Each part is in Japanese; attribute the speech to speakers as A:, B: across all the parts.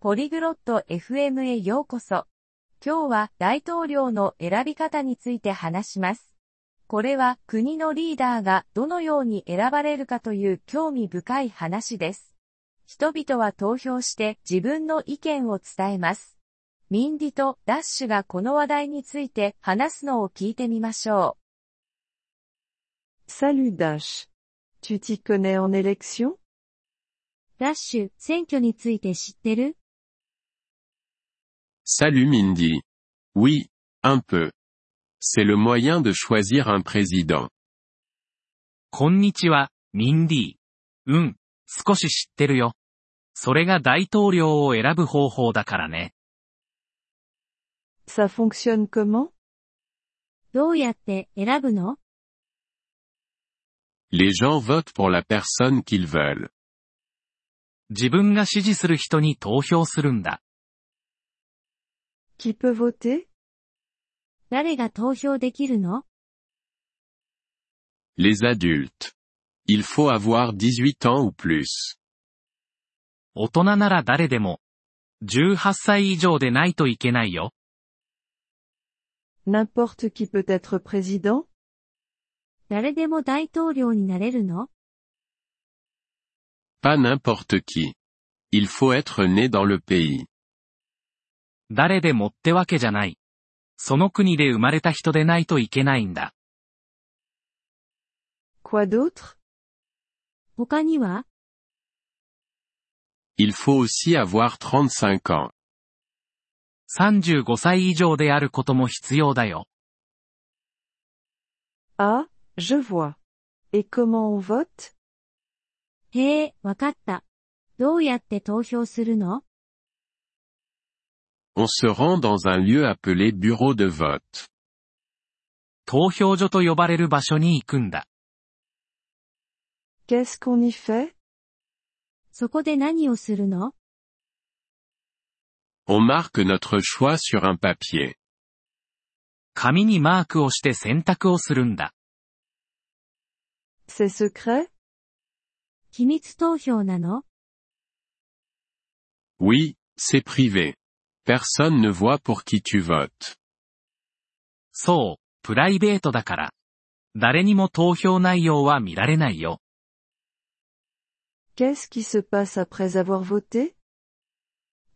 A: ポリグロット FM へようこそ。今日は大統領の選び方について話します。これは国のリーダーがどのように選ばれるかという興味深い話です。人々は投票して自分の意見を伝えます。ミンディとダッシュがこの話題について話すのを聞いてみましょ
B: Salut Dash. Tu t'y connais en élection
A: う。ダッシュ、選挙について知ってる
C: Salut Mindy. Oui, un peu. C'est le moyen de choisir un président.
D: こんにちは、ミンディー。うん、少し知ってるよ。それが大統領を選ぶ方法だからね。
B: Ça fonctionne comment
A: どうやって選ぶの
C: Les gens votent pour la personne qu'ils veulent.
D: 自分が支持する人に投票するんだ。
B: Qui peut voter
A: 誰が投票できるの
C: Les adultes. Il faut avoir 18 ans ou plus.
D: 大人なら誰でも。18歳以上でないといけないよ。
B: N'importe qui peut être président
A: 誰でも大統領になれるの
C: Pas n'importe qui. Il faut être né dans le pays.
D: 誰でもってわけじゃない。その国で生まれた人でないといけないんだ。
B: Quoi d'autre
A: 他には
C: Il faut aussi avoir 35 ans.
D: 35歳以上であることも必要だよ。
B: Ah, je vois. Et comment on vote
A: へえ、わかった。どうやって投票するの
C: On se rend dans un lieu appelé bureau de vote.
D: 投票所と呼ばれる場所に行くんだ。
B: Qu'est-ce qu'on y fait
A: そこで何をするの
C: On marque notre choix sur un papier.
D: 紙にマークをして選択をするんだ。
B: C'est secret
A: 秘密投票なの
C: Oui, c'est privé. Personne ne voit pour qui tu votes.
D: そう、プライベートだから。誰にも投票内容は見られないよ。
B: Qu'est-ce qui se passe après avoir voté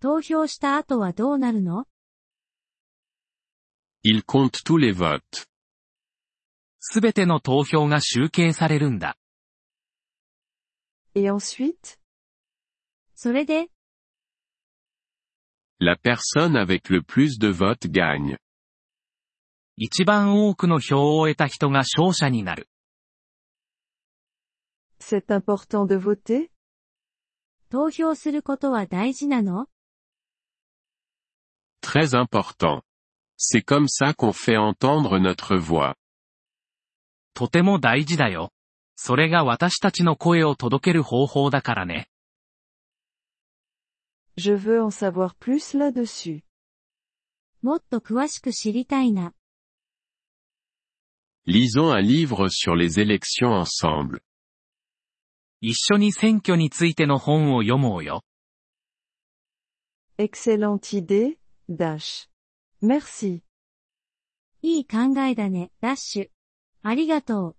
A: 投票した後はどうなるの
C: Il compte tous les votes.
D: すべての投票が集計されるんだ。
B: Et ensuite
A: それで、
C: La personne avec le plus de votes gagne.
D: 一番多くの票を得た人が勝者になる。
B: C'est important de voter
A: 投票することは大事なの
C: Très important. C'est comme ça qu'on fait entendre notre voix.
D: とても大事だよ。それが私たちの声を届ける方法だからね。
B: Je veux en savoir plus là-dessus.
A: もっと詳しく知りたいな。
C: Lisons un livre sur les élections ensemble.
D: 一緒に選挙についての本を読もうよ。
B: Excellente idée, Dash. Merci.
A: いい考えだね、ダッシュ。ありがとう。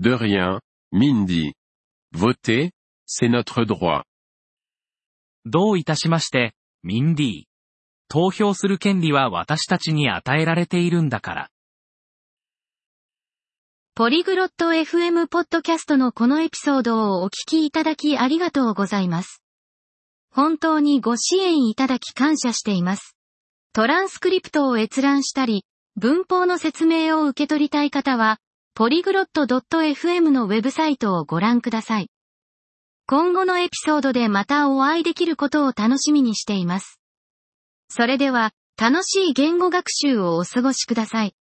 C: De rien, Mindy. Voter, c'est notre droit.
D: どういたしまして、ミンディー。投票する権利は私たちに与えられているんだから。
E: ポリグロット FM ポッドキャストのこのエピソードをお聞きいただきありがとうございます。本当にご支援いただき感謝しています。トランスクリプトを閲覧したり、文法の説明を受け取りたい方は、ポリグロット .fm のウェブサイトをご覧ください。今後のエピソードでまたお会いできることを楽しみにしています。それでは、楽しい言語学習をお過ごしください。